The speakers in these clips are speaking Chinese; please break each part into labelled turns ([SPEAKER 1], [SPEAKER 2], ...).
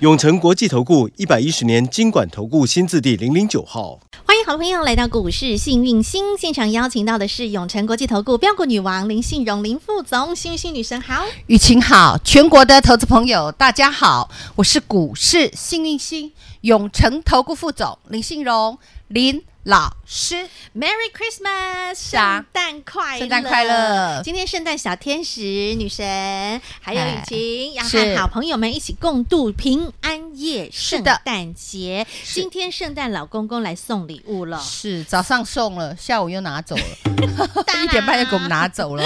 [SPEAKER 1] 永诚国际投顾一百一十年经管投顾新字第零零九号。
[SPEAKER 2] 欢迎好朋友来到股市幸运星现场，邀请到的是永诚国际投顾标股女王林信荣林副总，幸运星女神好。
[SPEAKER 3] 雨晴好，全国的投资朋友大家好，我是股市幸运星永诚投顾副总林信荣林老师，
[SPEAKER 2] Merry Christmas，
[SPEAKER 3] 是啊
[SPEAKER 2] 圣诞快乐，
[SPEAKER 3] 圣诞快乐
[SPEAKER 2] 今天圣诞小天使女神还有雨
[SPEAKER 3] 哎
[SPEAKER 2] 晴，要和
[SPEAKER 3] 是
[SPEAKER 2] 好朋友们一起共度平安夜、
[SPEAKER 3] 是
[SPEAKER 2] 圣
[SPEAKER 3] 的
[SPEAKER 2] 诞节。
[SPEAKER 3] 是
[SPEAKER 2] 今天圣诞老公公来送礼物了，
[SPEAKER 3] 是早上送了，下午又拿走了，
[SPEAKER 2] 当然啊
[SPEAKER 3] 一点半就给我们拿走了，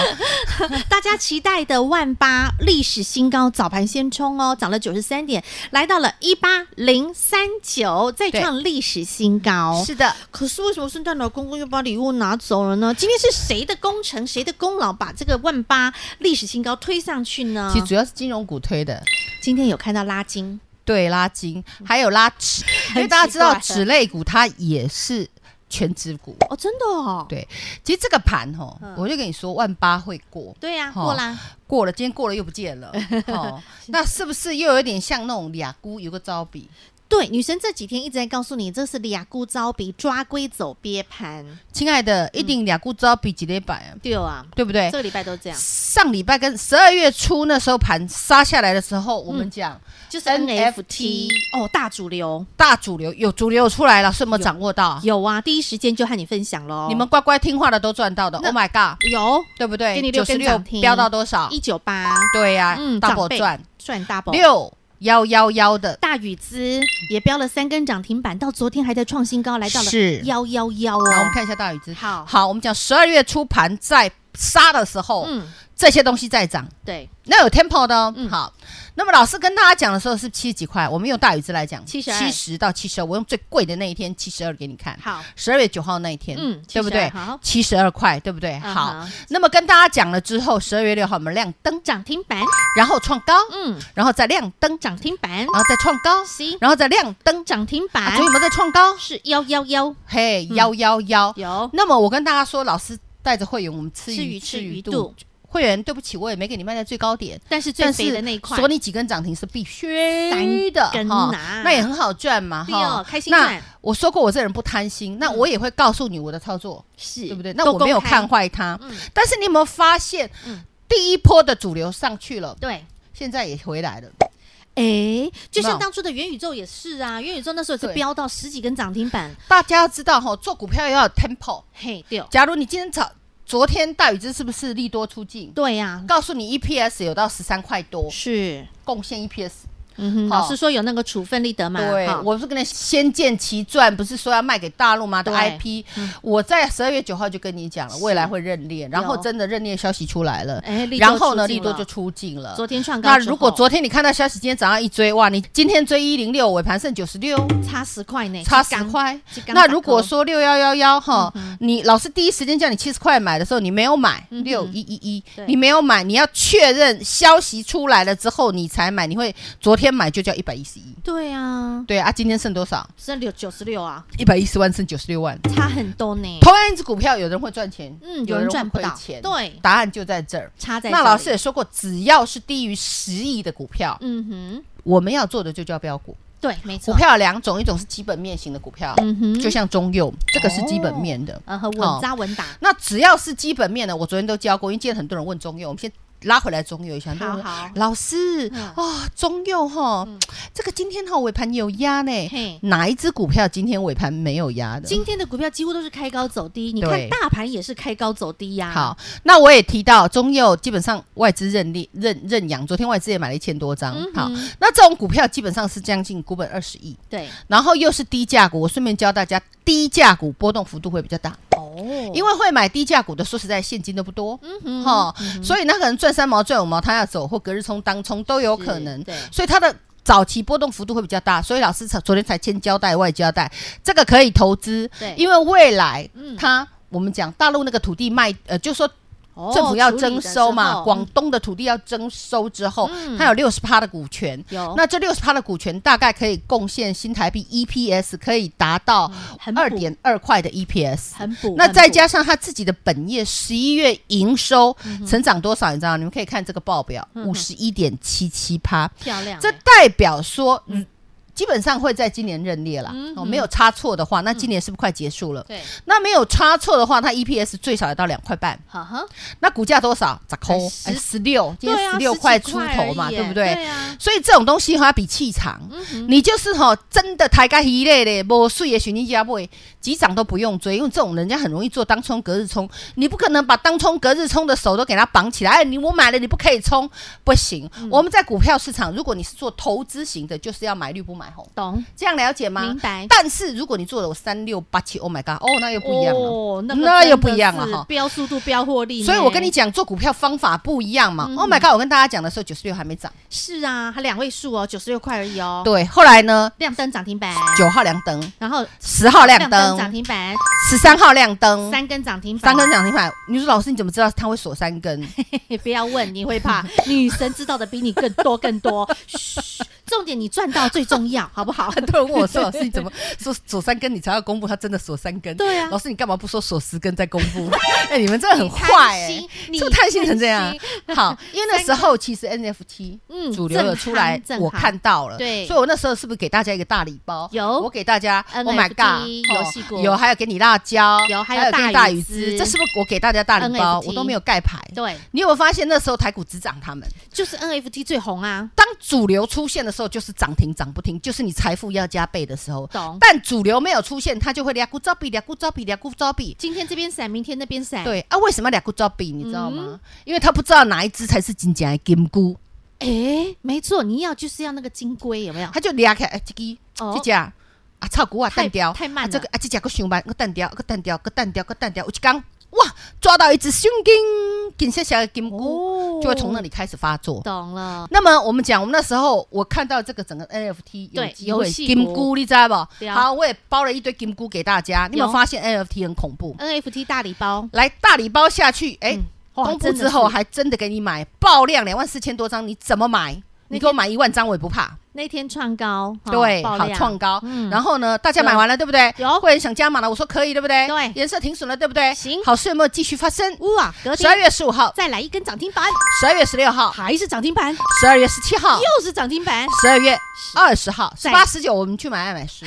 [SPEAKER 2] 大家期待的万八历史新高，早盘先冲哦，涨了九十三点，来到了一八零三九，再
[SPEAKER 3] 对
[SPEAKER 2] 创历史新高。
[SPEAKER 3] 是的，
[SPEAKER 2] 可 是为什么圣诞老公公又把礼物拿走了呢？今天是谁的功臣、谁的功劳把这个万八历史新高推上去呢
[SPEAKER 3] 其？实主要是金融股推的。
[SPEAKER 2] 今天有看到拉筋，
[SPEAKER 3] 对，拉筋，还有拉 纸，因为大家知道
[SPEAKER 2] 很奇怪
[SPEAKER 3] 纸类股它也是全指股。
[SPEAKER 2] 哦，真的哦，
[SPEAKER 3] 对其实这个盘哦
[SPEAKER 2] 嗯，
[SPEAKER 3] 我就跟你说，万八会过，
[SPEAKER 2] 对呀、
[SPEAKER 3] 哦
[SPEAKER 2] 过啦，
[SPEAKER 3] 过了，今天过了又不见 了，哦，那是不是又有点像那种俩姑有个招比？
[SPEAKER 2] 对，女神这几天一直在告诉你，这是俩姑招比抓龟走鳖盘，
[SPEAKER 3] 亲爱的，一定俩姑招比几礼拜，
[SPEAKER 2] 对啊，
[SPEAKER 3] 对不对
[SPEAKER 2] 这？个礼拜都这样，
[SPEAKER 3] 上礼拜跟十二月初那时候盘杀下来的时候，我们讲
[SPEAKER 2] 就是 NFT
[SPEAKER 3] NFT
[SPEAKER 2] 哦，大主流
[SPEAKER 3] 大主流有主流出来了，是有没有掌握到？
[SPEAKER 2] 有啊，第一时间就和你分享喽。
[SPEAKER 3] 你们乖乖听话的都赚到的
[SPEAKER 2] 那
[SPEAKER 3] ，Oh my god，
[SPEAKER 2] 有
[SPEAKER 3] 对不对
[SPEAKER 2] 给你？六根
[SPEAKER 3] 九十六
[SPEAKER 2] 涨停
[SPEAKER 3] 飙到多少
[SPEAKER 2] 一？九八，
[SPEAKER 3] 啊对呀
[SPEAKER 2] 嗯长
[SPEAKER 3] ，double
[SPEAKER 2] 辈
[SPEAKER 3] 赚
[SPEAKER 2] 赚 double
[SPEAKER 3] 六幺幺幺的，
[SPEAKER 2] 大宇资也标了三根涨停板，到昨天还在创新高，来到了
[SPEAKER 3] 是
[SPEAKER 2] 幺幺幺
[SPEAKER 3] 好，我们
[SPEAKER 2] 哦。
[SPEAKER 3] 看一下大禹之。
[SPEAKER 2] 好
[SPEAKER 3] 好，我们讲十二月初盘在杀的时候，
[SPEAKER 2] 嗯，
[SPEAKER 3] 这些东西在涨，
[SPEAKER 2] 对，
[SPEAKER 3] 那有 tempo 的哦。
[SPEAKER 2] 嗯
[SPEAKER 3] 好，那么老师跟大家讲的时候是七十几块，我们用大禹之来讲，
[SPEAKER 2] 72
[SPEAKER 3] 七十到七十二，我用最贵的那一天七十二给你看，
[SPEAKER 2] 好，
[SPEAKER 3] 十二月九号那一天，
[SPEAKER 2] 嗯
[SPEAKER 3] 对不对
[SPEAKER 2] 72好？
[SPEAKER 3] 七十二块，对不对？
[SPEAKER 2] 嗯
[SPEAKER 3] 哎好嗯
[SPEAKER 2] 哼，
[SPEAKER 3] 那么跟大家讲了之后，十二月六号我们亮灯，
[SPEAKER 2] 涨停板，
[SPEAKER 3] 然后创高，
[SPEAKER 2] 嗯，
[SPEAKER 3] 然后再亮灯，
[SPEAKER 2] 涨停板
[SPEAKER 3] 然后再创高，
[SPEAKER 2] ，C
[SPEAKER 3] 然后再亮灯，
[SPEAKER 2] 涨停
[SPEAKER 3] 嗯啊
[SPEAKER 2] 板
[SPEAKER 3] 所以我们在创高，
[SPEAKER 2] 是幺幺幺，
[SPEAKER 3] 嘿，
[SPEAKER 2] 嗯
[SPEAKER 3] 幺幺幺。
[SPEAKER 2] 有
[SPEAKER 3] 那么我跟大家说，老师带着会员，我们吃
[SPEAKER 2] 吃鱼
[SPEAKER 3] 鱼
[SPEAKER 2] 吃鱼
[SPEAKER 3] 肚
[SPEAKER 2] 肚。，
[SPEAKER 3] 会员，对不起，我也没给你卖在最高点，
[SPEAKER 2] 但是最
[SPEAKER 3] 但
[SPEAKER 2] 肥
[SPEAKER 3] 是
[SPEAKER 2] 的那一块，
[SPEAKER 3] 锁你几根涨停是必须的
[SPEAKER 2] 三根
[SPEAKER 3] 哈
[SPEAKER 2] 啊
[SPEAKER 3] 那也很好赚嘛
[SPEAKER 2] 对哦
[SPEAKER 3] 哈。
[SPEAKER 2] 开心
[SPEAKER 3] 那
[SPEAKER 2] 赚嗯
[SPEAKER 3] 我说过，我这人不贪心，那我也会告诉你我的操作，
[SPEAKER 2] 是
[SPEAKER 3] 对不对？那我没有看，坏它
[SPEAKER 2] 都嗯公开嗯，
[SPEAKER 3] 但是你有没有发现
[SPEAKER 2] 嗯，
[SPEAKER 3] 第一波的主流上去了，
[SPEAKER 2] 对。
[SPEAKER 3] 现在也回来了。
[SPEAKER 2] 哎，就
[SPEAKER 3] 嗯有没
[SPEAKER 2] 像
[SPEAKER 3] 有
[SPEAKER 2] 当初的元宇宙也是啊，元宇宙那时候也是
[SPEAKER 3] 对
[SPEAKER 2] 飙到十几根涨停板，
[SPEAKER 3] 大家要知道哈，做股票要有 tempo。
[SPEAKER 2] 嘿，对哦，
[SPEAKER 3] 假如你今天早昨天大禹之是不是利多出尽？
[SPEAKER 2] 对呀，
[SPEAKER 3] 告诉你 EPS 有到十三块多，
[SPEAKER 2] 是，
[SPEAKER 3] 贡献 E EPS。
[SPEAKER 2] 嗯哼，
[SPEAKER 3] 好
[SPEAKER 2] 老师说有那个处分立德嘛，
[SPEAKER 3] 对
[SPEAKER 2] 哈，
[SPEAKER 3] 我不是跟你先见其传，不是说要卖给大陆吗？的
[SPEAKER 2] 对嗯
[SPEAKER 3] IP，我在十二月九号就跟你讲了，未来会认列，然后真的认列消息出来了，
[SPEAKER 2] 哎，利多
[SPEAKER 3] 然后呢，
[SPEAKER 2] 出
[SPEAKER 3] 利
[SPEAKER 2] 尽
[SPEAKER 3] 多
[SPEAKER 2] 了
[SPEAKER 3] 就出尽了
[SPEAKER 2] 昨。天创高
[SPEAKER 3] 那
[SPEAKER 2] 之后，
[SPEAKER 3] 如果昨天你看到消息，今天早上一追，哇，你今天追一零六，尾盘剩九十六，
[SPEAKER 2] 差十块呢，
[SPEAKER 3] 差
[SPEAKER 2] 一
[SPEAKER 3] 十
[SPEAKER 2] 哎缸。
[SPEAKER 3] 块
[SPEAKER 2] 一。缸打
[SPEAKER 3] 那如果
[SPEAKER 2] 勾嗯
[SPEAKER 3] 说六幺幺幺哈，你老师第一时间叫你七十块买的时候，你没有买
[SPEAKER 2] 嗯哼
[SPEAKER 3] 六一一一
[SPEAKER 2] 对，
[SPEAKER 3] 你没有买，你要确认消息出来了之后你才买，你会昨天买就叫一百一十一。
[SPEAKER 2] 对啊，
[SPEAKER 3] 对啊，今天剩多少？
[SPEAKER 2] 剩六九十六啊，
[SPEAKER 3] 一百一十万剩九十六万。
[SPEAKER 2] 差很多呢。
[SPEAKER 3] 同样一只股票，有人会赚钱，
[SPEAKER 2] 嗯，有人赚不
[SPEAKER 3] 会亏
[SPEAKER 2] 到，
[SPEAKER 3] 钱，
[SPEAKER 2] 对，
[SPEAKER 3] 答案就在这儿。
[SPEAKER 2] 差在
[SPEAKER 3] 那
[SPEAKER 2] 这
[SPEAKER 3] 老
[SPEAKER 2] 里
[SPEAKER 3] 师，也说过，只要是低于十亿的股票，
[SPEAKER 2] 嗯哼，
[SPEAKER 3] 我们要做的就叫标股。
[SPEAKER 2] 对，没错，
[SPEAKER 3] 股，票有两种，一种是基本面型的股票，
[SPEAKER 2] 嗯哼，
[SPEAKER 3] 就像中佑，这个是
[SPEAKER 2] 哦
[SPEAKER 3] 基本面的。
[SPEAKER 2] 呃和稳
[SPEAKER 3] 哦
[SPEAKER 2] 扎稳打，
[SPEAKER 3] 那只要是基本面的，我昨天都教过，因为今天很多人问中佑，我们先拉回来中佑一下。很多人问
[SPEAKER 2] 好好
[SPEAKER 3] 老师
[SPEAKER 2] 嗯
[SPEAKER 3] 啊、中佑哈，这个今天哈尾盘有压
[SPEAKER 2] 嘿
[SPEAKER 3] 呢，哪一只股票今天尾盘没有压的？
[SPEAKER 2] 今天的股票几乎都是开高走低，你看
[SPEAKER 3] 对
[SPEAKER 2] 大盘也是开高走低呀。，
[SPEAKER 3] 好，那我也提到中佑基本上外资认利认认养，昨天外资也买了一千多张。
[SPEAKER 2] 嗯
[SPEAKER 3] 好
[SPEAKER 2] 哼，
[SPEAKER 3] 那这种股票基本上是将近股本二十亿，
[SPEAKER 2] 对，
[SPEAKER 3] 然后又是低价股。我顺便教大家，低价股波动幅度会比较大，
[SPEAKER 2] 哦，
[SPEAKER 3] 因
[SPEAKER 2] 为
[SPEAKER 3] 为会买低价股的，说实在现金都不多。
[SPEAKER 2] 嗯哼，
[SPEAKER 3] 哈、所以那可能赚三毛赚五毛，他要走或隔日冲当冲都有可能
[SPEAKER 2] 是对，
[SPEAKER 3] 所以他的早期波动幅度会比较大，所以老师才昨天才先交代外交代，这个可以投资，
[SPEAKER 2] 对
[SPEAKER 3] 因为未来
[SPEAKER 2] 嗯
[SPEAKER 3] 它我们讲大陆那个土地卖，呃，就说
[SPEAKER 2] 哦
[SPEAKER 3] 政府要
[SPEAKER 2] 处理的
[SPEAKER 3] 征收
[SPEAKER 2] 时
[SPEAKER 3] 嘛，
[SPEAKER 2] 候
[SPEAKER 3] 广东的土地要征收之后，
[SPEAKER 2] 嗯哦
[SPEAKER 3] 它有六十趴的股权，
[SPEAKER 2] 有
[SPEAKER 3] 那这六十趴的股权大概可以贡献新台币 EPS 可以达到
[SPEAKER 2] 嗯很补
[SPEAKER 3] 二点二块的 EPS。
[SPEAKER 2] 很补，
[SPEAKER 3] 那
[SPEAKER 2] 很
[SPEAKER 3] 再
[SPEAKER 2] 补
[SPEAKER 3] 加上他自己的本业十一月营收
[SPEAKER 2] 嗯
[SPEAKER 3] 成长多少，你知道？你们可以看这个报表，五十一点七七趴，
[SPEAKER 2] 漂亮欸，
[SPEAKER 3] 这代表说，嗯，基本上会在今年认列啦。
[SPEAKER 2] 嗯
[SPEAKER 3] 哦，没有差错的话，那今年是不是快结束了？
[SPEAKER 2] 对，
[SPEAKER 3] 那没有差错的话，它 EPS 最少也到两块半，
[SPEAKER 2] 哈哈，
[SPEAKER 3] 那股价多少？咋抠？
[SPEAKER 2] 十
[SPEAKER 3] 哎，十六，今
[SPEAKER 2] 对
[SPEAKER 3] 天
[SPEAKER 2] 啊
[SPEAKER 3] 十六
[SPEAKER 2] 十几
[SPEAKER 3] 块出
[SPEAKER 2] 块而
[SPEAKER 3] 头嘛，
[SPEAKER 2] 已
[SPEAKER 3] 对
[SPEAKER 2] 耶
[SPEAKER 3] 不对？
[SPEAKER 2] 对嗯啊
[SPEAKER 3] 所以这种东西哈，它比气场，你就是哈、真的抬价一类的，无水也许你家不会急涨都不用追，因为这种人家很容易做当冲隔日冲，你不可能把当冲隔日冲的手都给它绑起来。哎，你我买了你不可以冲，不行。
[SPEAKER 2] 嗯
[SPEAKER 3] 我们在股票市场，如果你是做投资型的，就是要买绿不买红，
[SPEAKER 2] 懂，
[SPEAKER 3] 这样了解吗？
[SPEAKER 2] 明白
[SPEAKER 3] 但是如果你做了我三六八七，Oh my god，哦，那又不一样了。
[SPEAKER 2] 哦， 那
[SPEAKER 3] 那
[SPEAKER 2] 个
[SPEAKER 3] 又
[SPEAKER 2] 真
[SPEAKER 3] 不
[SPEAKER 2] 的
[SPEAKER 3] 一样了
[SPEAKER 2] 是
[SPEAKER 3] 哈
[SPEAKER 2] 标速度、标获利呢，
[SPEAKER 3] 所以我跟你讲，做股票方法不一样嘛。
[SPEAKER 2] 嗯
[SPEAKER 3] oh my god，我跟大家讲的时候，九十六还没涨。
[SPEAKER 2] 是啊，还两位数哦，九十六块而已哦，
[SPEAKER 3] 对，后来呢，
[SPEAKER 2] 亮灯涨停板，
[SPEAKER 3] 九号亮灯，
[SPEAKER 2] 然后
[SPEAKER 3] 十号亮
[SPEAKER 2] 涨
[SPEAKER 3] 灯，
[SPEAKER 2] 停板，
[SPEAKER 3] 十三号亮灯，
[SPEAKER 2] 三根涨停板，
[SPEAKER 3] 三根涨停板。你说老师，你怎么知道它会锁三根？
[SPEAKER 2] 你 不要问，你会怕。女神知道的比你更多更多。嘘，重点你赚到最重要，好不 好？
[SPEAKER 3] 很多人问我说，老师你怎么 说锁三根，你才要公布它真的锁三根？
[SPEAKER 2] 对啊
[SPEAKER 3] 老师你干嘛不说锁十根再公 布？哎、你们真的很坏哎、
[SPEAKER 2] 你贪心你
[SPEAKER 3] 这么贪心成这样啊
[SPEAKER 2] 贪。
[SPEAKER 3] 好，因为那时候其实 NFT
[SPEAKER 2] 嗯
[SPEAKER 3] 主流有出来
[SPEAKER 2] 正，行
[SPEAKER 3] 我看到了，
[SPEAKER 2] 对
[SPEAKER 3] 所以我那时候是不是给大家一个大礼包？
[SPEAKER 2] 有
[SPEAKER 3] 我给大家
[SPEAKER 2] NFT
[SPEAKER 3] ，Oh my God，
[SPEAKER 2] 游戏股
[SPEAKER 3] 哦有还有给你辣椒，
[SPEAKER 2] 有还有
[SPEAKER 3] 给
[SPEAKER 2] 大
[SPEAKER 3] 你大
[SPEAKER 2] 禹
[SPEAKER 3] 禹
[SPEAKER 2] 之
[SPEAKER 3] 之，这是不是我给大家大礼包？
[SPEAKER 2] NFT
[SPEAKER 3] 我都没有盖牌。
[SPEAKER 2] 对，
[SPEAKER 3] 你有没有发现那时候台股只涨他们？
[SPEAKER 2] 就是 NFT 最红啊，
[SPEAKER 3] 当主流出现的时候，就是涨停涨不停，就是你财富要加倍的时候。
[SPEAKER 2] 懂？
[SPEAKER 3] 但主流没有出现，它就会俩股招比，俩股招比，俩股招比。
[SPEAKER 2] 今天这边闪，明天那边闪，，
[SPEAKER 3] 对啊，为什么俩股招比？你知
[SPEAKER 2] 嗯
[SPEAKER 3] 道吗？因为他不知道哪一只才是真正的金菇，
[SPEAKER 2] 哎，没错，你要就是要那个金龟，有没有？
[SPEAKER 3] 他就俩开哎这个
[SPEAKER 2] 哦
[SPEAKER 3] 这只啊草股啊
[SPEAKER 2] 太
[SPEAKER 3] 蛋雕
[SPEAKER 2] 太慢
[SPEAKER 3] 啊这
[SPEAKER 2] 了
[SPEAKER 3] 个啊这只个上班个蛋雕个蛋雕个蛋雕个蛋雕，我就讲哇抓到一只胸金金闪闪的金
[SPEAKER 2] 哦
[SPEAKER 3] 菇，就会从那里开始发作。
[SPEAKER 2] 懂了，
[SPEAKER 3] 那么我们讲，我们那时候我看到这个整个 NFT 有
[SPEAKER 2] 对
[SPEAKER 3] 机
[SPEAKER 2] 游
[SPEAKER 3] 会
[SPEAKER 2] 戏
[SPEAKER 3] 金
[SPEAKER 2] 股
[SPEAKER 3] 菇，你知道不？
[SPEAKER 2] 对啊
[SPEAKER 3] 好，我也包了一堆金菇给大家。你有
[SPEAKER 2] 有
[SPEAKER 3] 没有发现 NFT 很恐怖？
[SPEAKER 2] NFT 大礼包，
[SPEAKER 3] 来大礼包下去，哎、
[SPEAKER 2] 嗯哇
[SPEAKER 3] 公布
[SPEAKER 2] 真的
[SPEAKER 3] 之后
[SPEAKER 2] 是
[SPEAKER 3] 还真的给你买，爆量两万四千多张，你怎么买？你给我买一万张，我也不怕。
[SPEAKER 2] 那天创高，哈
[SPEAKER 3] 对，
[SPEAKER 2] 爆
[SPEAKER 3] 好
[SPEAKER 2] 量
[SPEAKER 3] 创高
[SPEAKER 2] 嗯。
[SPEAKER 3] 然后呢，大家买完了，对不对？
[SPEAKER 2] 有
[SPEAKER 3] 会员想加码了，我说可以，对不对？
[SPEAKER 2] 对
[SPEAKER 3] 颜色停损了，对不对？
[SPEAKER 2] 行
[SPEAKER 3] 好事有没有继续发生？
[SPEAKER 2] 哇，隔
[SPEAKER 3] 十二
[SPEAKER 2] 天
[SPEAKER 3] 月十五号，
[SPEAKER 2] 再来一根涨停板，
[SPEAKER 3] 十二月十六号，
[SPEAKER 2] 还是涨停板，
[SPEAKER 3] 十二月十七号，
[SPEAKER 2] 又是涨停板，
[SPEAKER 3] 十二月二十号，
[SPEAKER 2] 再
[SPEAKER 3] 十八十九我们去买爱买仕。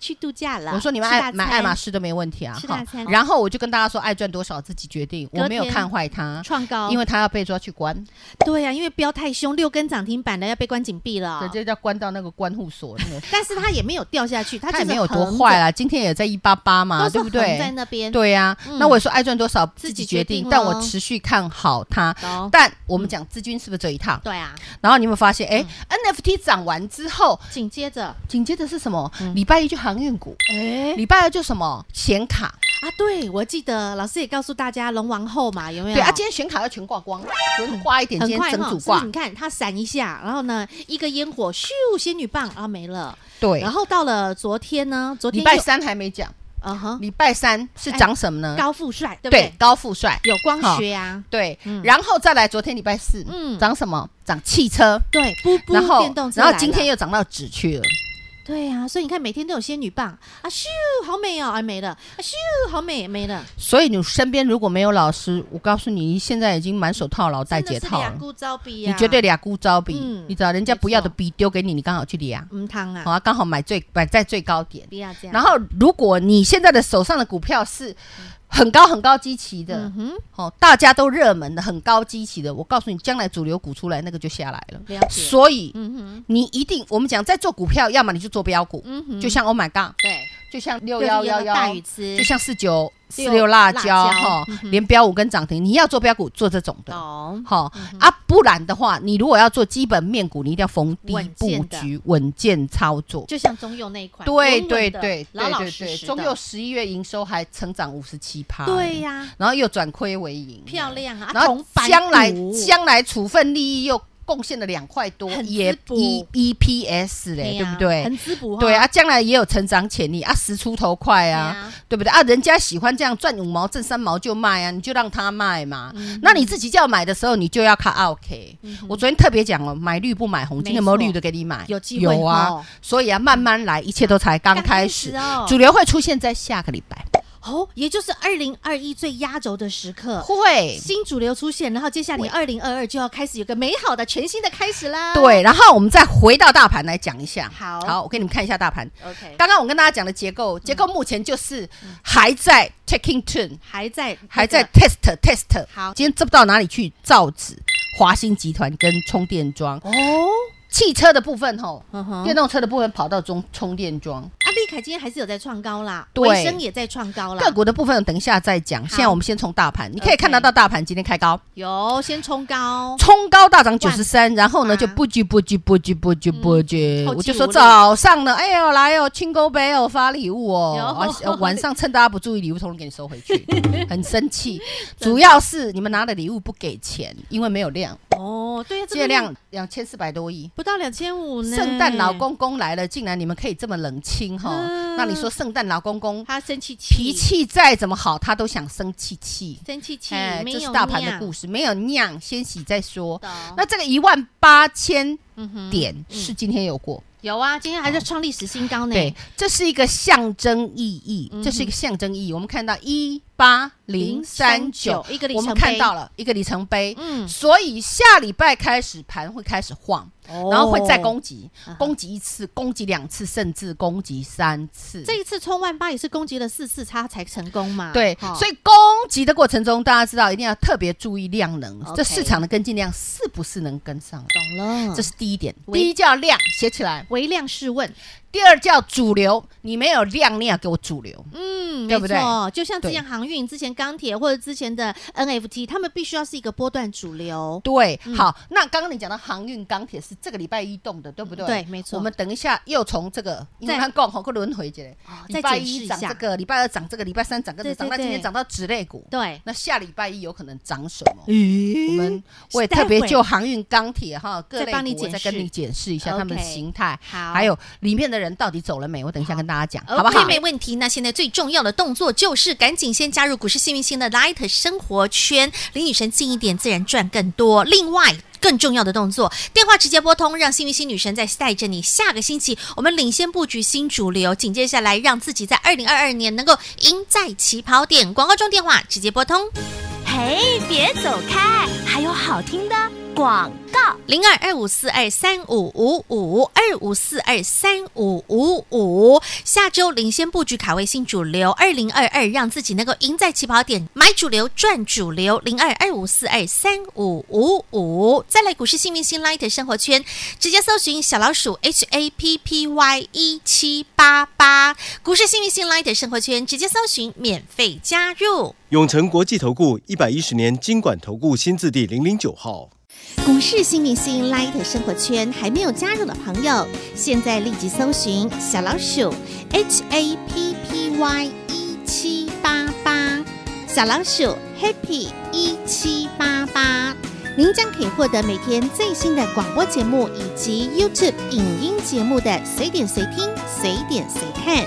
[SPEAKER 2] 去度假了。
[SPEAKER 3] 我说你们
[SPEAKER 2] 吃
[SPEAKER 3] 爱
[SPEAKER 2] 大
[SPEAKER 3] 买
[SPEAKER 2] 餐
[SPEAKER 3] 爱马仕都没问题啊
[SPEAKER 2] 吃大餐
[SPEAKER 3] 然后我就跟大家说，爱赚多少自己决定，
[SPEAKER 2] 隔
[SPEAKER 3] 我没有
[SPEAKER 2] 天
[SPEAKER 3] 看坏它，
[SPEAKER 2] 创高，
[SPEAKER 3] 因为它要被抓去关，
[SPEAKER 2] 对啊呀、因为标太凶，六根涨停板的要被关紧闭了
[SPEAKER 3] 对，。这叫关到那个关护所 那个。
[SPEAKER 2] 但是它也没有掉下去，它
[SPEAKER 3] 它
[SPEAKER 2] 就是
[SPEAKER 3] 也没有多
[SPEAKER 2] 横着
[SPEAKER 3] 坏，啦，今天也在一八八嘛，
[SPEAKER 2] 都是
[SPEAKER 3] 对不
[SPEAKER 2] 横在
[SPEAKER 3] 对？
[SPEAKER 2] 那边。
[SPEAKER 3] 对呀、
[SPEAKER 2] 嗯
[SPEAKER 3] 那我也说爱赚多少
[SPEAKER 2] 自
[SPEAKER 3] 自
[SPEAKER 2] 己
[SPEAKER 3] 己
[SPEAKER 2] 决
[SPEAKER 3] 决
[SPEAKER 2] 定咯，哦
[SPEAKER 3] 定但我持续看好它。
[SPEAKER 2] 懂
[SPEAKER 3] 但我们讲资金是不是这一趟？
[SPEAKER 2] 对啊，
[SPEAKER 3] 然后你有没有发现，
[SPEAKER 2] 嗯
[SPEAKER 3] 哎、n f t 涨完之后，
[SPEAKER 2] 紧接着
[SPEAKER 3] 紧接着是什么？
[SPEAKER 2] 嗯
[SPEAKER 3] 礼拜一就航运股，
[SPEAKER 2] 哎
[SPEAKER 3] 礼拜二就什么显卡，
[SPEAKER 2] 啊，对我记得老师也告诉大家龙王后嘛，有没有？
[SPEAKER 3] 对啊，今天显卡要全挂光，昨天挂一点，
[SPEAKER 2] 很
[SPEAKER 3] 今天
[SPEAKER 2] 快
[SPEAKER 3] 整
[SPEAKER 2] 哈
[SPEAKER 3] 组
[SPEAKER 2] 是不
[SPEAKER 3] 挂
[SPEAKER 2] 是你，看它闪一下，然后呢，一个烟火咻，仙女棒啊没了。
[SPEAKER 3] 对
[SPEAKER 2] 然。后到了昨天呢，昨天
[SPEAKER 3] 礼拜
[SPEAKER 2] 又，
[SPEAKER 3] 三还没讲，
[SPEAKER 2] 嗯哼，
[SPEAKER 3] 礼拜三是涨什么呢？
[SPEAKER 2] 高富帅对不
[SPEAKER 3] 对
[SPEAKER 2] 对？
[SPEAKER 3] 高富帅，
[SPEAKER 2] 有光学啊，
[SPEAKER 3] 对
[SPEAKER 2] 嗯，
[SPEAKER 3] 然后再来昨天礼拜四，
[SPEAKER 2] 嗯
[SPEAKER 3] 涨什么？涨汽车，
[SPEAKER 2] 对，不不，
[SPEAKER 3] 然后
[SPEAKER 2] 电动车
[SPEAKER 3] 然后
[SPEAKER 2] 来
[SPEAKER 3] 今天
[SPEAKER 2] 了
[SPEAKER 3] 又涨到纸去了，
[SPEAKER 2] 对啊，所以你看每天都有仙女棒啊，咻，好美哦，啊没了，啊咻，好美没了。
[SPEAKER 3] 所以你身边如果没有老师，我告诉你，你现在已经满手套牢戴
[SPEAKER 2] 真的是
[SPEAKER 3] 解套
[SPEAKER 2] 俩
[SPEAKER 3] 了，
[SPEAKER 2] 顾招比呀，
[SPEAKER 3] 你绝对俩孤招比
[SPEAKER 2] 嗯，
[SPEAKER 3] 你知道人家
[SPEAKER 2] 没错
[SPEAKER 3] 不要的笔丢给你，你刚好去俩，
[SPEAKER 2] 唔通
[SPEAKER 3] 好
[SPEAKER 2] 啊，
[SPEAKER 3] 啊，刚好买最买在最高点
[SPEAKER 2] 不。要这样。
[SPEAKER 3] 然后，如果你现在的手上的股票是很高很高基期的
[SPEAKER 2] 嗯，哼，
[SPEAKER 3] 哦，大家都热门的、很高基期的，我告诉你，将来主流股出来，那个就下来了。
[SPEAKER 2] 了解
[SPEAKER 3] 所以
[SPEAKER 2] 嗯哼，
[SPEAKER 3] 你一定，我们讲在做股票，要么你就做标股，
[SPEAKER 2] 嗯哼，
[SPEAKER 3] 就像 Oh my God，
[SPEAKER 2] 对，
[SPEAKER 3] 就像六幺幺幺，
[SPEAKER 2] 大禹吃，
[SPEAKER 3] 就像四九四
[SPEAKER 2] 六
[SPEAKER 3] 六辣椒
[SPEAKER 2] 辣椒
[SPEAKER 3] 哈
[SPEAKER 2] 嗯，哼哦
[SPEAKER 3] 连标五跟涨停，你要做标股，做这种的。
[SPEAKER 2] 懂
[SPEAKER 3] 好、啊，不然的话，你如果要做基本面股，你一定要逢低
[SPEAKER 2] 稳
[SPEAKER 3] 布
[SPEAKER 2] 健的
[SPEAKER 3] 局，稳健操作。
[SPEAKER 2] 就像中佑那一款，
[SPEAKER 3] 对
[SPEAKER 2] 稳稳
[SPEAKER 3] 对
[SPEAKER 2] 的
[SPEAKER 3] 对
[SPEAKER 2] 老
[SPEAKER 3] 对
[SPEAKER 2] 老
[SPEAKER 3] 对
[SPEAKER 2] 实
[SPEAKER 3] 对，
[SPEAKER 2] 实的，
[SPEAKER 3] 中佑十一月营收还成长五十七趴，
[SPEAKER 2] 对呀，
[SPEAKER 3] 嗯然后又转亏为盈，
[SPEAKER 2] 漂亮啊，
[SPEAKER 3] 然后
[SPEAKER 2] 铜板
[SPEAKER 3] 将来
[SPEAKER 2] 股
[SPEAKER 3] 将来处分利益又贡献了两块多，
[SPEAKER 2] 很滋
[SPEAKER 3] 也
[SPEAKER 2] 补
[SPEAKER 3] E E P S 嘞，对
[SPEAKER 2] 啊
[SPEAKER 3] 不对？
[SPEAKER 2] 很滋补哈，
[SPEAKER 3] 对啊，将来也有成长潜力啊，十出头快
[SPEAKER 2] 对
[SPEAKER 3] 啊，
[SPEAKER 2] 啊，
[SPEAKER 3] 对不对啊？人家喜欢这样赚五毛挣三毛就卖啊，你就让他卖嘛。
[SPEAKER 2] 嗯
[SPEAKER 3] 那你自己要买的时候，你就要看 OK。我昨天特别讲了，买绿不买红，今天有没有
[SPEAKER 2] 没错
[SPEAKER 3] 绿的给你买？
[SPEAKER 2] 有机会
[SPEAKER 3] 有啊
[SPEAKER 2] 哦。
[SPEAKER 3] 所以啊，慢慢来，一切都才刚开始。
[SPEAKER 2] 刚开始哦
[SPEAKER 3] 主流会出现在下个礼拜，
[SPEAKER 2] 哦，也就是二零二一最压轴的时刻。
[SPEAKER 3] 会。
[SPEAKER 2] 新主流出现，然后接下来你二零二二就要开始有个美好的全新的开始啦。
[SPEAKER 3] 对，然后我们再回到大盘来讲一下。
[SPEAKER 2] 好
[SPEAKER 3] 好，我给你们看一下大盘。
[SPEAKER 2] ，OK，
[SPEAKER 3] 刚刚我跟大家讲的结构，结
[SPEAKER 2] 嗯
[SPEAKER 3] 构目前就是还在 taking turn，
[SPEAKER 2] 还在嗯那个
[SPEAKER 3] 还在 test test。
[SPEAKER 2] 好
[SPEAKER 3] 今天这不到哪里去，造纸、华兴集团跟充电桩、
[SPEAKER 2] 哦，
[SPEAKER 3] 汽车的部分吼，
[SPEAKER 2] 嗯哼，
[SPEAKER 3] 电动车的部分跑到中充电桩，
[SPEAKER 2] 啊，丽凯今天还是有在创高啦，
[SPEAKER 3] 对
[SPEAKER 2] 维生也在创高啦
[SPEAKER 3] 个，股的部分等一下再讲。现在我们先从大盘，你可以看得到大盘今天开高，
[SPEAKER 2] 有先冲高，
[SPEAKER 3] 冲高大涨九十三，然后
[SPEAKER 2] 哦
[SPEAKER 3] 呢
[SPEAKER 2] 哇
[SPEAKER 3] 就不举不举不举不举不举
[SPEAKER 2] 嗯，
[SPEAKER 3] 我
[SPEAKER 2] 后继
[SPEAKER 3] 就
[SPEAKER 2] 无
[SPEAKER 3] 说
[SPEAKER 2] 力
[SPEAKER 3] 早上呢，哎呦来哦，清沟杯哦，发礼物
[SPEAKER 2] 有
[SPEAKER 3] 哦，晚 呃晚上趁大家不注意，礼物通通给你收回去，很 生气。主要是你们拿的礼物不给钱，因为没有量，
[SPEAKER 2] 哦，对啊，这
[SPEAKER 3] 借
[SPEAKER 2] 个
[SPEAKER 3] 量两千四百多亿。
[SPEAKER 2] 不到两千五呢，
[SPEAKER 3] 圣诞老公公来了，竟然你们可以这么冷清哈？
[SPEAKER 2] 嗯
[SPEAKER 3] 那你说圣诞老公公
[SPEAKER 2] 他生气气
[SPEAKER 3] 脾气再怎么好，他都想生气气。哎
[SPEAKER 2] 生气气，没
[SPEAKER 3] 这
[SPEAKER 2] 有
[SPEAKER 3] 是大盘的故
[SPEAKER 2] 事。
[SPEAKER 3] 事，没有酿，先洗再说。
[SPEAKER 2] 那
[SPEAKER 3] 那这个一万八千
[SPEAKER 2] 嗯哼
[SPEAKER 3] 点是今天有过，
[SPEAKER 2] 有啊，今天还在创历史新高呢。
[SPEAKER 3] 对，这是一个象征意义，
[SPEAKER 2] 嗯哼
[SPEAKER 3] 这是一个象征意义。我们看到一八零三九，
[SPEAKER 2] 039一个里程碑
[SPEAKER 3] 我们看到了一个里程碑。
[SPEAKER 2] 嗯，
[SPEAKER 3] 所以下礼拜开始盘会开始晃，然后会再攻击
[SPEAKER 2] 嗯哼，
[SPEAKER 3] 攻击一次，攻击两次，甚至攻击三次。
[SPEAKER 2] 这一次冲万八也是攻击了四次，它才成功嘛。
[SPEAKER 3] 对，
[SPEAKER 2] 哈
[SPEAKER 3] 所以攻击的过程中，大家知道一定要特别注意量能
[SPEAKER 2] OK 嗯
[SPEAKER 3] 这市场的跟进量是不是能跟上来？
[SPEAKER 2] 懂了，
[SPEAKER 3] 这是第一点，
[SPEAKER 2] 喂
[SPEAKER 3] 第一叫量写起来，
[SPEAKER 2] 微量试问。
[SPEAKER 3] 第二叫主流，你没有量，你要给我主流。
[SPEAKER 2] 嗯，
[SPEAKER 3] 对
[SPEAKER 2] 没
[SPEAKER 3] 不对
[SPEAKER 2] 错，就像之
[SPEAKER 3] 对
[SPEAKER 2] 前航运、之前钢铁或者之前的 NFT，他们必须要是一个波段主流。
[SPEAKER 3] 对，
[SPEAKER 2] 嗯
[SPEAKER 3] 好，那刚刚你讲到航运、钢铁是这个礼拜一动的，对不对？
[SPEAKER 2] 对没错
[SPEAKER 3] 我们等一下又从这个，因为
[SPEAKER 2] 再
[SPEAKER 3] 它共好个轮回节，
[SPEAKER 2] 哦
[SPEAKER 3] 礼
[SPEAKER 2] 再
[SPEAKER 3] 拜
[SPEAKER 2] 解释
[SPEAKER 3] 一
[SPEAKER 2] 一
[SPEAKER 3] 涨
[SPEAKER 2] 下
[SPEAKER 3] 这个，礼拜二涨这个，礼拜三涨这
[SPEAKER 2] 对
[SPEAKER 3] 个，涨
[SPEAKER 2] 对
[SPEAKER 3] 到今天
[SPEAKER 2] 对
[SPEAKER 3] 涨到指类股，
[SPEAKER 2] 对，
[SPEAKER 3] 那下礼拜一有可能涨什么？
[SPEAKER 2] 咦
[SPEAKER 3] 我们我也
[SPEAKER 2] 嗯待会
[SPEAKER 3] 特别就航运、钢铁哈各
[SPEAKER 2] 再
[SPEAKER 3] 类
[SPEAKER 2] 帮你
[SPEAKER 3] 股，我
[SPEAKER 2] 解
[SPEAKER 3] 再跟
[SPEAKER 2] 释
[SPEAKER 3] 你解释一下
[SPEAKER 2] OK
[SPEAKER 3] 他们的形态，
[SPEAKER 2] 好
[SPEAKER 3] 还有里面的人到底走了没？我等一下跟大家讲，好
[SPEAKER 4] 好
[SPEAKER 3] 不
[SPEAKER 4] 不
[SPEAKER 3] 好
[SPEAKER 4] 好？？没问题。那现在最重要的动作就是赶紧先加入股市幸运星的 Light 生活圈，离女神近一点，自然赚更多。另外。更重要的动作，电话直接拨通，让幸运星女神在带着你。下个星期我们领先布局新主流，紧接下来让自己在二零二二年能够赢在起跑点。广告中电话直接拨通。
[SPEAKER 5] 嘿，别走开，还有好听的广告。
[SPEAKER 4] 零二二五四二三五五五二五四二三五五五。下周领先布局卡位新主流二零二二，让自己能够赢在起跑点，买主流赚主流。零二二五四二三五五五。再来股市幸运星 Light 生活圈，直接搜寻小老鼠 H A P P Y 一七八八，股市幸运星 Light 生活圈，直接搜寻免费加入。
[SPEAKER 1] 永诚国际投顾一百一十年金管投顾新字第零零九号。
[SPEAKER 4] 股市新明星 Light 生活圈还没有加入的朋友，现在立即搜寻小老鼠 HAPPY 一七八八，小老鼠 Happy 一七八八，您将可以获得每天最新的广播节目以及 YouTube 影音节目的随点随听、随点随看。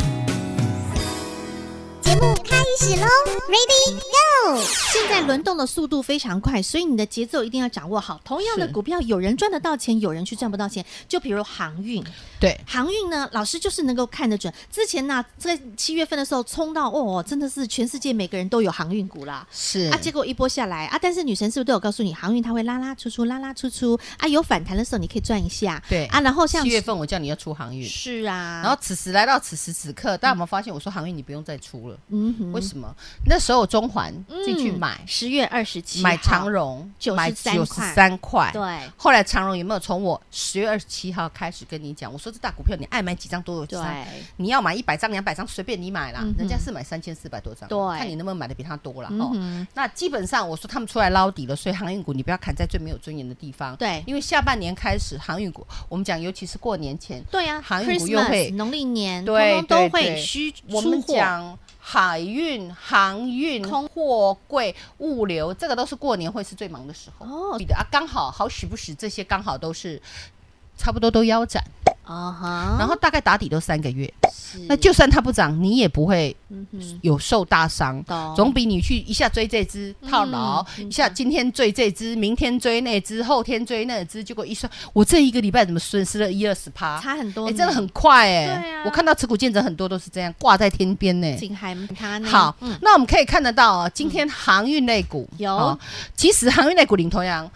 [SPEAKER 2] 现在轮动的速度非常快，所以你的节奏一定要掌握好。同样的
[SPEAKER 3] 是
[SPEAKER 2] 股票，有人赚得到钱，有人去赚不到钱。就比如航运，
[SPEAKER 3] 对，
[SPEAKER 2] 航运呢，老师就是能够看得准。之前呢、在七月份的时候冲到哦，真的是全世界每个人都有航运股啦。
[SPEAKER 3] 是
[SPEAKER 2] 啊，结果一波下来啊，但是女神是不是都有告诉你，航运它会拉拉出出，拉拉出出啊，有反弹的时候你可以赚一下，
[SPEAKER 3] 对
[SPEAKER 2] 啊，然后像
[SPEAKER 3] 七月份我叫你要出航运，
[SPEAKER 2] 是啊，
[SPEAKER 3] 然后此时来到此时此刻，大家有没有发现我说航运你不用再出了？
[SPEAKER 2] 嗯哼
[SPEAKER 3] 为为什么？那时候中环进去买，
[SPEAKER 2] 十月二十七
[SPEAKER 3] 买长荣，
[SPEAKER 2] 93
[SPEAKER 3] 买
[SPEAKER 2] 块
[SPEAKER 3] 九十三块。
[SPEAKER 2] 对
[SPEAKER 3] 后来长荣有没有从我十月二十七号开始跟你讲？我说这大股票你爱买几张多有几
[SPEAKER 2] 对
[SPEAKER 3] 张，你要买一百张、两百张随便你买啦。
[SPEAKER 2] 嗯哼
[SPEAKER 3] 人家是买三千四百多张，
[SPEAKER 2] 对
[SPEAKER 3] 看你能不能买的比他多啦。哦。
[SPEAKER 2] 嗯哼
[SPEAKER 3] 那基本上我说他们出来捞底了，所以航运股你不要砍在最没有尊严的地方。
[SPEAKER 2] 对
[SPEAKER 3] 因为下半年开始航运股，我们讲尤其是过年前，
[SPEAKER 2] 对啊
[SPEAKER 3] 航运股又会
[SPEAKER 2] ，Christmas 农历年，通
[SPEAKER 3] 对
[SPEAKER 2] 通都
[SPEAKER 3] 对
[SPEAKER 2] 会
[SPEAKER 3] 对
[SPEAKER 2] 需
[SPEAKER 3] 我
[SPEAKER 2] 出
[SPEAKER 3] 们
[SPEAKER 2] 货，
[SPEAKER 3] 讲海运、航运、
[SPEAKER 2] 空
[SPEAKER 3] 货柜、物流，这个都是过年会是最忙的时候。
[SPEAKER 2] 哦
[SPEAKER 3] 对的啊，刚好好许不许这些刚好都是差不多都腰斩，
[SPEAKER 2] 啊哈，
[SPEAKER 3] 然后大概打底都三个月，
[SPEAKER 2] 是
[SPEAKER 3] 那就算它不涨，你也不会
[SPEAKER 2] 嗯哼，
[SPEAKER 3] 有受大伤。
[SPEAKER 2] 懂
[SPEAKER 3] 总比你去一下追这只套牢，
[SPEAKER 2] 嗯
[SPEAKER 3] 一下今天追这只，明天追那只，后天追那只，结果一算，我这一个礼拜怎么损失了一二十趴？
[SPEAKER 2] 差很多
[SPEAKER 3] 哎、
[SPEAKER 2] 呢，
[SPEAKER 3] 真的很快哎、
[SPEAKER 2] 对啊
[SPEAKER 3] 我看到持股见证很多都是这样挂在天边呢、
[SPEAKER 2] 景海他呢。
[SPEAKER 3] 好，
[SPEAKER 2] 嗯，
[SPEAKER 3] 那我们可以看得到哦，今天航运类股、
[SPEAKER 2] 有
[SPEAKER 3] 哦其实航运类股领头羊，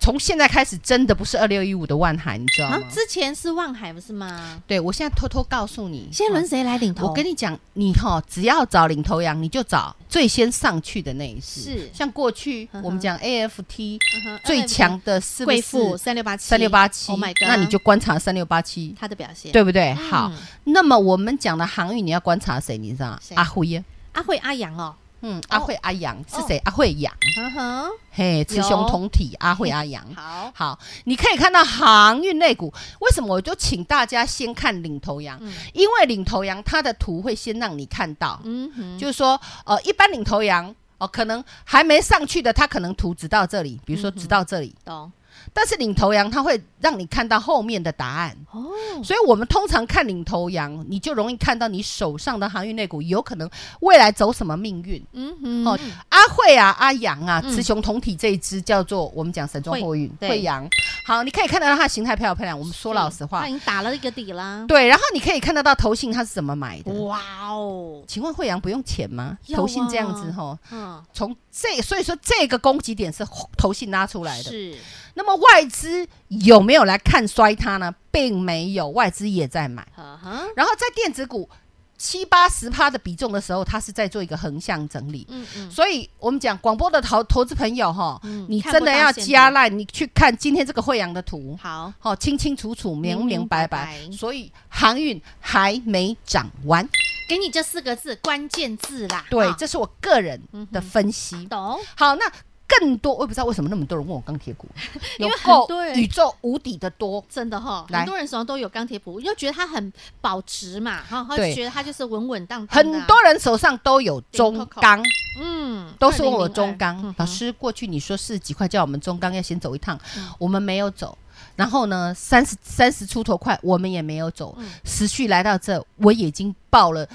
[SPEAKER 3] 从现在开始真的不是二六一五的万海，你知道
[SPEAKER 2] 啊
[SPEAKER 3] 吗？，
[SPEAKER 2] 之前是望海不是吗？
[SPEAKER 3] 对我现在偷偷告诉你，
[SPEAKER 2] 现在轮谁来领头？
[SPEAKER 3] 我跟你讲，你哈、只要找领头羊，你就找最先上去的那一只。
[SPEAKER 2] 是
[SPEAKER 3] 像过去
[SPEAKER 2] 嗯哼
[SPEAKER 3] 我们讲 AFT
[SPEAKER 2] 嗯哼
[SPEAKER 3] 最强的是不
[SPEAKER 2] 贵
[SPEAKER 3] 是
[SPEAKER 2] 妇三六八七，
[SPEAKER 3] 三六八七
[SPEAKER 2] ，Oh my？god，
[SPEAKER 3] 那你就观察三六八七，
[SPEAKER 2] 他的表现。
[SPEAKER 3] 对不对？好
[SPEAKER 2] 嗯，
[SPEAKER 3] 那么我们讲的航运，你要观察谁？你知道吗
[SPEAKER 2] 谁
[SPEAKER 3] 阿辉，啊
[SPEAKER 2] 阿慧阿阳哦，
[SPEAKER 3] 嗯，阿慧阿阳是谁？阿慧阳，
[SPEAKER 2] 嗯哼，
[SPEAKER 3] 嘿，雌
[SPEAKER 2] 有
[SPEAKER 3] 雄同体，阿慧阿阳。
[SPEAKER 2] 好，
[SPEAKER 3] 好，你可以看到航运类股，为什么我就请大家先看领头羊？
[SPEAKER 2] 嗯
[SPEAKER 3] 因为领头羊它的图会先让你看到，
[SPEAKER 2] 嗯哼，
[SPEAKER 3] 就是说，呃，一般领头羊哦、可能还没上去的，它可能图只到这里，比如说
[SPEAKER 2] 嗯
[SPEAKER 3] 只到这里，
[SPEAKER 2] 懂
[SPEAKER 3] 但是领头羊它会让你看到后面的答案。
[SPEAKER 2] 哦，
[SPEAKER 3] 所以，我们通常看领头羊，你就容易看到你手上的航运类股有可能未来走什么命运。
[SPEAKER 2] 嗯哼，
[SPEAKER 3] 哦，阿慧啊，阿阳啊，
[SPEAKER 2] 嗯
[SPEAKER 3] 雌雄同体这一只叫做我们讲神州货运
[SPEAKER 2] 对
[SPEAKER 3] 惠阳。好，你可以看得到它的形态漂不漂亮？我们说老实话
[SPEAKER 2] 他已，经打了一个底啦。
[SPEAKER 3] 对。然后你可以看得到投信它是怎么买的。
[SPEAKER 2] 哇哦，
[SPEAKER 3] 请问惠阳不用钱吗？
[SPEAKER 2] 要啊
[SPEAKER 3] 投信这样子吼，
[SPEAKER 2] 嗯，
[SPEAKER 3] 从这所以说这个攻击点是投信拉出来的。
[SPEAKER 2] 是
[SPEAKER 3] 那么外资有没有来看衰它呢？并没有，外资也在买。
[SPEAKER 2] 呵呵，
[SPEAKER 3] 然后在电子股七八十趴的比重的时候，它是在做一个横向整理。
[SPEAKER 2] 嗯嗯，
[SPEAKER 3] 所以我们讲广播的投投资朋友哈，
[SPEAKER 2] 嗯
[SPEAKER 3] 你
[SPEAKER 2] 看
[SPEAKER 3] 真的
[SPEAKER 2] 不到
[SPEAKER 3] 要
[SPEAKER 2] 现
[SPEAKER 3] 加
[SPEAKER 2] 场
[SPEAKER 3] 赖，你去看今天这个惠阳的图，
[SPEAKER 2] 好，
[SPEAKER 3] 好清清楚楚、明
[SPEAKER 2] 明明
[SPEAKER 3] 明
[SPEAKER 2] 白
[SPEAKER 3] 白
[SPEAKER 2] 白
[SPEAKER 3] 白。所以航运还没涨完，
[SPEAKER 2] 给你这四个字关键字啦。
[SPEAKER 3] 对，
[SPEAKER 2] 啊
[SPEAKER 3] 这是我个人
[SPEAKER 2] 嗯
[SPEAKER 3] 的分析。
[SPEAKER 2] 懂
[SPEAKER 3] 好，那更多我也不知道为什么那么多人问我钢铁 股，
[SPEAKER 2] 因
[SPEAKER 3] 有
[SPEAKER 2] 为很
[SPEAKER 3] 够
[SPEAKER 2] 多人
[SPEAKER 3] 宇宙无敌的多。
[SPEAKER 2] 真的哈，很
[SPEAKER 3] 来
[SPEAKER 2] 多人手上都有钢铁股，因为觉得它很保值嘛，哈，他就
[SPEAKER 3] 对
[SPEAKER 2] 觉得它就是稳稳当当的啊
[SPEAKER 3] 很多人手上都有中钢，
[SPEAKER 2] 嗯
[SPEAKER 3] 都是问我
[SPEAKER 2] 2002
[SPEAKER 3] 中钢、
[SPEAKER 2] 嗯哼
[SPEAKER 3] 老师。过去你说四十几块，叫我们中钢要先走一趟，
[SPEAKER 2] 嗯
[SPEAKER 3] 我们没有走。然后呢，三十三十出头块，我们也没有走。
[SPEAKER 2] 嗯
[SPEAKER 3] 持续来到这，我已经爆了。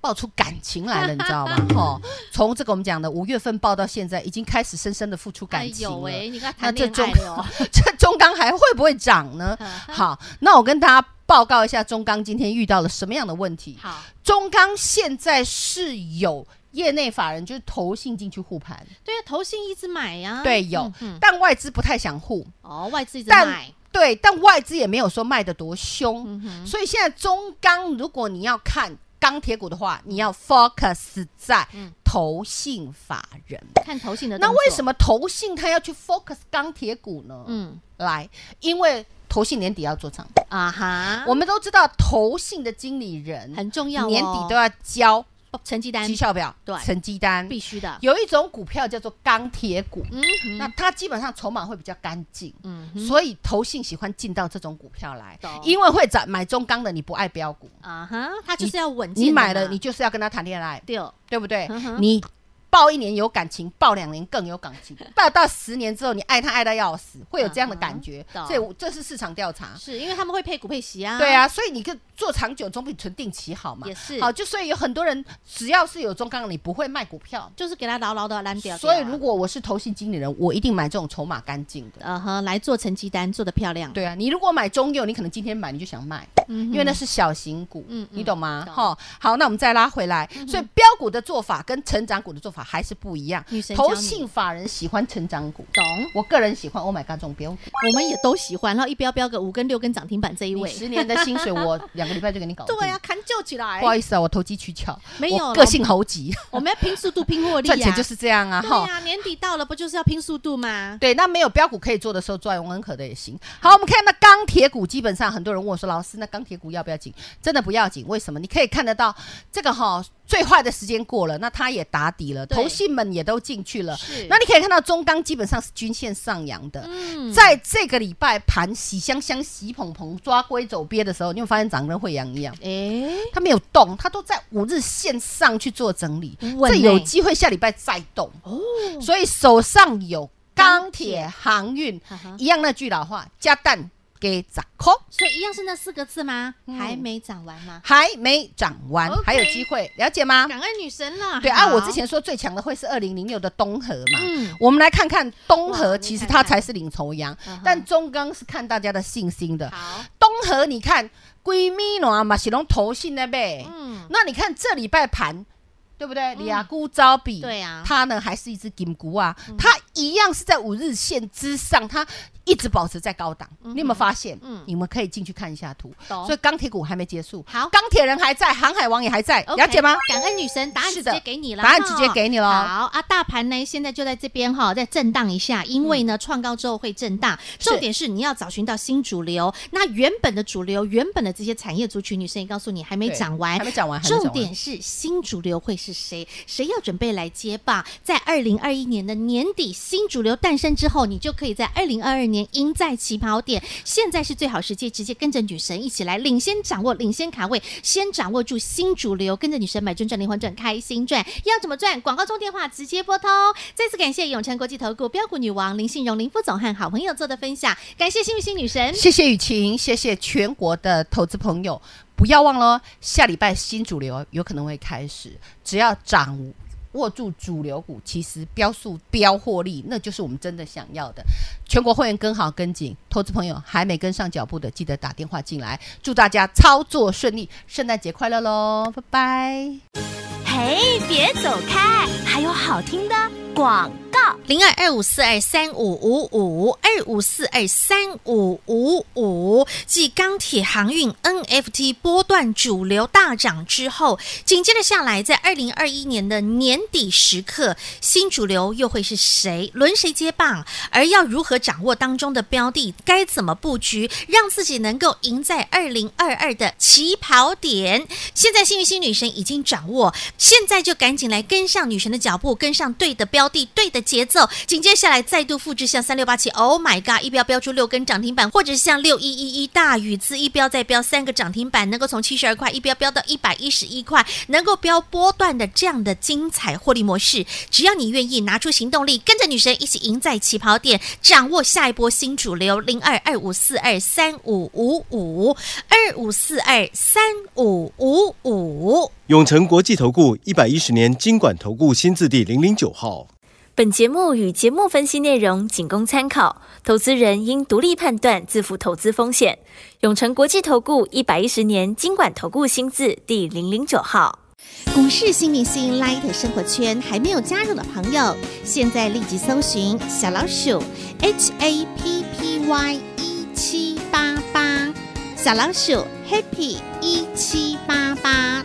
[SPEAKER 3] 爆出感情来了，你知道 吗？哈，从这个我们讲的五月份爆到现在，已经开始深深的付出
[SPEAKER 2] 哎
[SPEAKER 3] 感情
[SPEAKER 2] 呦
[SPEAKER 3] 了。
[SPEAKER 2] 喂，你跟他
[SPEAKER 3] 那
[SPEAKER 2] 谈
[SPEAKER 3] 这
[SPEAKER 2] 恋
[SPEAKER 3] 中
[SPEAKER 2] 爱了 哦，
[SPEAKER 3] 这中钢还会不会涨呢？ 好，那我跟大家报告一下中钢今天遇到了什么样的问题。
[SPEAKER 2] 好，
[SPEAKER 3] 中钢现在是有业内法人就是投信进去护盘，
[SPEAKER 2] 对啊，投信一直买呀，
[SPEAKER 3] 对有
[SPEAKER 2] 嗯嗯
[SPEAKER 3] 但外资不太想护，
[SPEAKER 2] 哦，外资一直
[SPEAKER 3] 但
[SPEAKER 2] 买，
[SPEAKER 3] 对，但外资也没有说卖的多凶，
[SPEAKER 2] 嗯哼，
[SPEAKER 3] 所以现在中钢如果你要看钢铁股的话，你要 focus 在
[SPEAKER 2] 嗯
[SPEAKER 3] 投信法人。
[SPEAKER 2] 看投信的，
[SPEAKER 3] 那为什
[SPEAKER 2] 么？
[SPEAKER 3] 么投信它要去 focus 钢铁股呢？
[SPEAKER 2] 嗯
[SPEAKER 3] 来，因为投信年底要做账，
[SPEAKER 2] 啊哈，
[SPEAKER 3] 我们都知道投信的经理人
[SPEAKER 2] 很重要哦，
[SPEAKER 3] 年底都要交
[SPEAKER 2] 成绩单
[SPEAKER 3] 绩效表、
[SPEAKER 2] 对
[SPEAKER 3] 成绩单。
[SPEAKER 2] 必须的，
[SPEAKER 3] 有一种股票叫做钢铁股，
[SPEAKER 2] 嗯哼
[SPEAKER 3] 那它基本上筹码会比较干净，
[SPEAKER 2] 嗯哼
[SPEAKER 3] 所以投信喜欢进到这种股票来
[SPEAKER 2] 懂，
[SPEAKER 3] 因为会涨买中钢的，你不爱标股，
[SPEAKER 2] 啊哈，他就是要稳健的嘛，
[SPEAKER 3] 你买了你就是要跟他谈恋爱，
[SPEAKER 2] 掉，
[SPEAKER 3] 对不对
[SPEAKER 2] 嗯？哼
[SPEAKER 3] 你抱一年有感情，抱两年更有感情，抱到十年之后，你爱他爱到要死，会有这样的感觉
[SPEAKER 2] 嗯哼懂。
[SPEAKER 3] 所以我这是市场调查。
[SPEAKER 2] 是因为他们会配股配息啊，
[SPEAKER 3] 对，啊，所以你可做长久总比存定期好嘛
[SPEAKER 2] 也。是，
[SPEAKER 3] 好，就所以有很多人只要是有中钢的，你不会卖股票。
[SPEAKER 2] 就是给他牢牢的拦掉。啊
[SPEAKER 3] 所以如果我是投信经理人，我一定买这种筹码干净的。
[SPEAKER 2] 呃呵来做成绩单做的漂亮，
[SPEAKER 3] 对啊，你如果买中佑，你可能今天买你就想卖，
[SPEAKER 2] 嗯嗯哼，
[SPEAKER 3] 因为那是小型股，
[SPEAKER 2] 嗯嗯
[SPEAKER 3] 你懂吗？
[SPEAKER 2] 懂嗯
[SPEAKER 3] 哈，好，那我们再拉回来，所以标股的做法跟成长股的做法还是不一样。
[SPEAKER 2] 女神教
[SPEAKER 3] 投
[SPEAKER 2] 你
[SPEAKER 3] 信法人喜欢成长股，
[SPEAKER 2] 懂，
[SPEAKER 3] 我个人喜欢 Oh my God 这种标股。
[SPEAKER 2] 我们也都喜欢，然后一标标个五根六根涨停板这一
[SPEAKER 3] 你
[SPEAKER 2] 位，哦
[SPEAKER 3] 十年的薪水，我两个礼拜就给你搞定。
[SPEAKER 2] 对啊，，砍救起来
[SPEAKER 3] 不，好意思啊，我投机取巧，
[SPEAKER 2] 没有
[SPEAKER 3] 我
[SPEAKER 2] 啦
[SPEAKER 3] 个性猴急，
[SPEAKER 2] 我们要拼速度、拼获利啊，
[SPEAKER 3] 赚钱就是这样啊，
[SPEAKER 2] 对啊，年底到了不就是要拼速度吗？
[SPEAKER 3] 对，那没有标股可以做的时候，做永恩可的也行。好，我们看到钢铁股，基本上很多人问我说：“老师，那钢铁股要不要紧？”真的不要紧，为什么？你可以看得到这个哈、最坏的时间过了，那它也打底了，
[SPEAKER 2] 对
[SPEAKER 3] 投信们也都进去了。
[SPEAKER 2] 是
[SPEAKER 3] 那你可以看到中钢基本上是均线上扬的，
[SPEAKER 2] 嗯
[SPEAKER 3] 在这个礼拜盘喜香香、喜捧捧、抓龟走鳖的时候，你会发现长跟惠阳一样，
[SPEAKER 2] 哎，
[SPEAKER 3] 它没有动，它都在五日线上去做整理，
[SPEAKER 2] 稳
[SPEAKER 3] 这有
[SPEAKER 2] 欸
[SPEAKER 3] 机会下礼拜再动。所以手上有钢铁、
[SPEAKER 2] 钢铁
[SPEAKER 3] 航运
[SPEAKER 2] 嗯哈哈，
[SPEAKER 3] 一样那句老话，加蛋给砸空，
[SPEAKER 2] 所以一样是那四个字吗？
[SPEAKER 3] 嗯
[SPEAKER 2] 还没涨完吗？
[SPEAKER 3] 还没涨完
[SPEAKER 2] 啊 OK，
[SPEAKER 3] 还有机会，了解吗？
[SPEAKER 2] 感恩女神了。
[SPEAKER 3] 啊对啊，
[SPEAKER 2] 好
[SPEAKER 3] 我之前说最强的会是二零零六的东河嘛，
[SPEAKER 2] 嗯
[SPEAKER 3] 我们来看看东
[SPEAKER 2] 哇
[SPEAKER 3] 河，
[SPEAKER 2] 你
[SPEAKER 3] 其实
[SPEAKER 2] 看
[SPEAKER 3] 它
[SPEAKER 2] 看
[SPEAKER 3] 才是领头羊
[SPEAKER 2] 嗯哼，
[SPEAKER 3] 但中钢是看大家的信心的。
[SPEAKER 2] 好，
[SPEAKER 3] 东河，你看闺蜜暖嘛，是龙投信的呗。
[SPEAKER 2] 嗯，
[SPEAKER 3] 那你看这礼拜盘，对不对？李亚姑招比，
[SPEAKER 2] 对啊嗯
[SPEAKER 3] 它呢还是一只金股啊，它一样是在五日线之上，它一直保持在高档。你有没有发现？
[SPEAKER 2] 嗯
[SPEAKER 3] 你们可以进去看一下图。
[SPEAKER 2] 懂
[SPEAKER 3] 所以钢铁股还没结束，
[SPEAKER 2] 好
[SPEAKER 3] 钢铁人还在，航海王也还在，
[SPEAKER 2] OK，
[SPEAKER 3] 了解吗？
[SPEAKER 2] 感恩女神，答案直
[SPEAKER 3] 是的
[SPEAKER 2] 接给你了，
[SPEAKER 3] 答案
[SPEAKER 2] 哈
[SPEAKER 3] 直接给你了哦
[SPEAKER 2] 好啊，大盘呢现在就在这边哈，再震荡一下，因为呢创高之后会震荡，重点是你要找寻到新主流。那原本的主流，原本的这些产业族群，女神也告诉你还没
[SPEAKER 3] 对
[SPEAKER 2] 涨完，
[SPEAKER 3] 还没讲完，还没讲
[SPEAKER 2] 重
[SPEAKER 3] 完
[SPEAKER 2] 点是新主流会是谁？谁要准备来接棒？在二零二一年的年底，新主流诞生之后，你就可以在二零二二年赢在起跑点。现在是最好时机，直接跟着女神一起来领先掌握、领先卡位，先掌握住新主流，跟着女神买真赚、灵魂赚、开心赚。要怎么赚？广告中电话直接拨通。再次感谢永诚国际投顾标股女王林信荣林副总和好朋友做的分享，感谢幸运星女神。
[SPEAKER 3] 谢谢雨晴，谢谢全国的投资朋友，不要忘了哦，下礼拜新主流有可能会开始，只要掌握住主流股，其实标速标获利，那就是我们真的想要的。全国会员跟好跟紧，投资朋友还没跟上脚步的，记得打电话进来。祝大家操作顺利，圣诞节快乐喽，拜拜。
[SPEAKER 5] 嘿，别走开，还有好听的广告。
[SPEAKER 2] 零二二五四二三五五五二五四二三五五五，继钢铁、航运、NFT 波段主流大涨之后，紧接着下来，在二零二一年的年底时刻，新主流又会是谁？轮谁接棒？而要如何掌握当中的标的？该怎么布局，让自己能够赢在二零二二的起跑点？现在幸运星女神已经掌握，现在就赶紧来跟上女神的脚步，跟上对的标的、对的节奏。紧接下来再度复制像三六八七，Oh my god，一标标出六根涨停板，或者是像六一一一大宇资一标再标三个涨停板，能够从七十二块一标标到一百一十一块，能够标波段的这样的精彩获利模式。只要你愿意拿出行动力，跟着女神一起赢在起跑点，掌握下一波新主流零二二五四二三五五五二五四二三五五五。
[SPEAKER 1] 永诚国际投顾一百一十年金管投顾新字第零零九号。
[SPEAKER 6] 本节目与节目分析内容仅供参考，投资人应独立判断，自负投资风险。永诚国际投顾一百一十年经管投顾新字第零零九号。
[SPEAKER 4] 股市新明星 Light 生活圈还没有加入的朋友，现在立即搜寻小老鼠 HAPPY 一七八八，小老鼠 Happy 一七八八，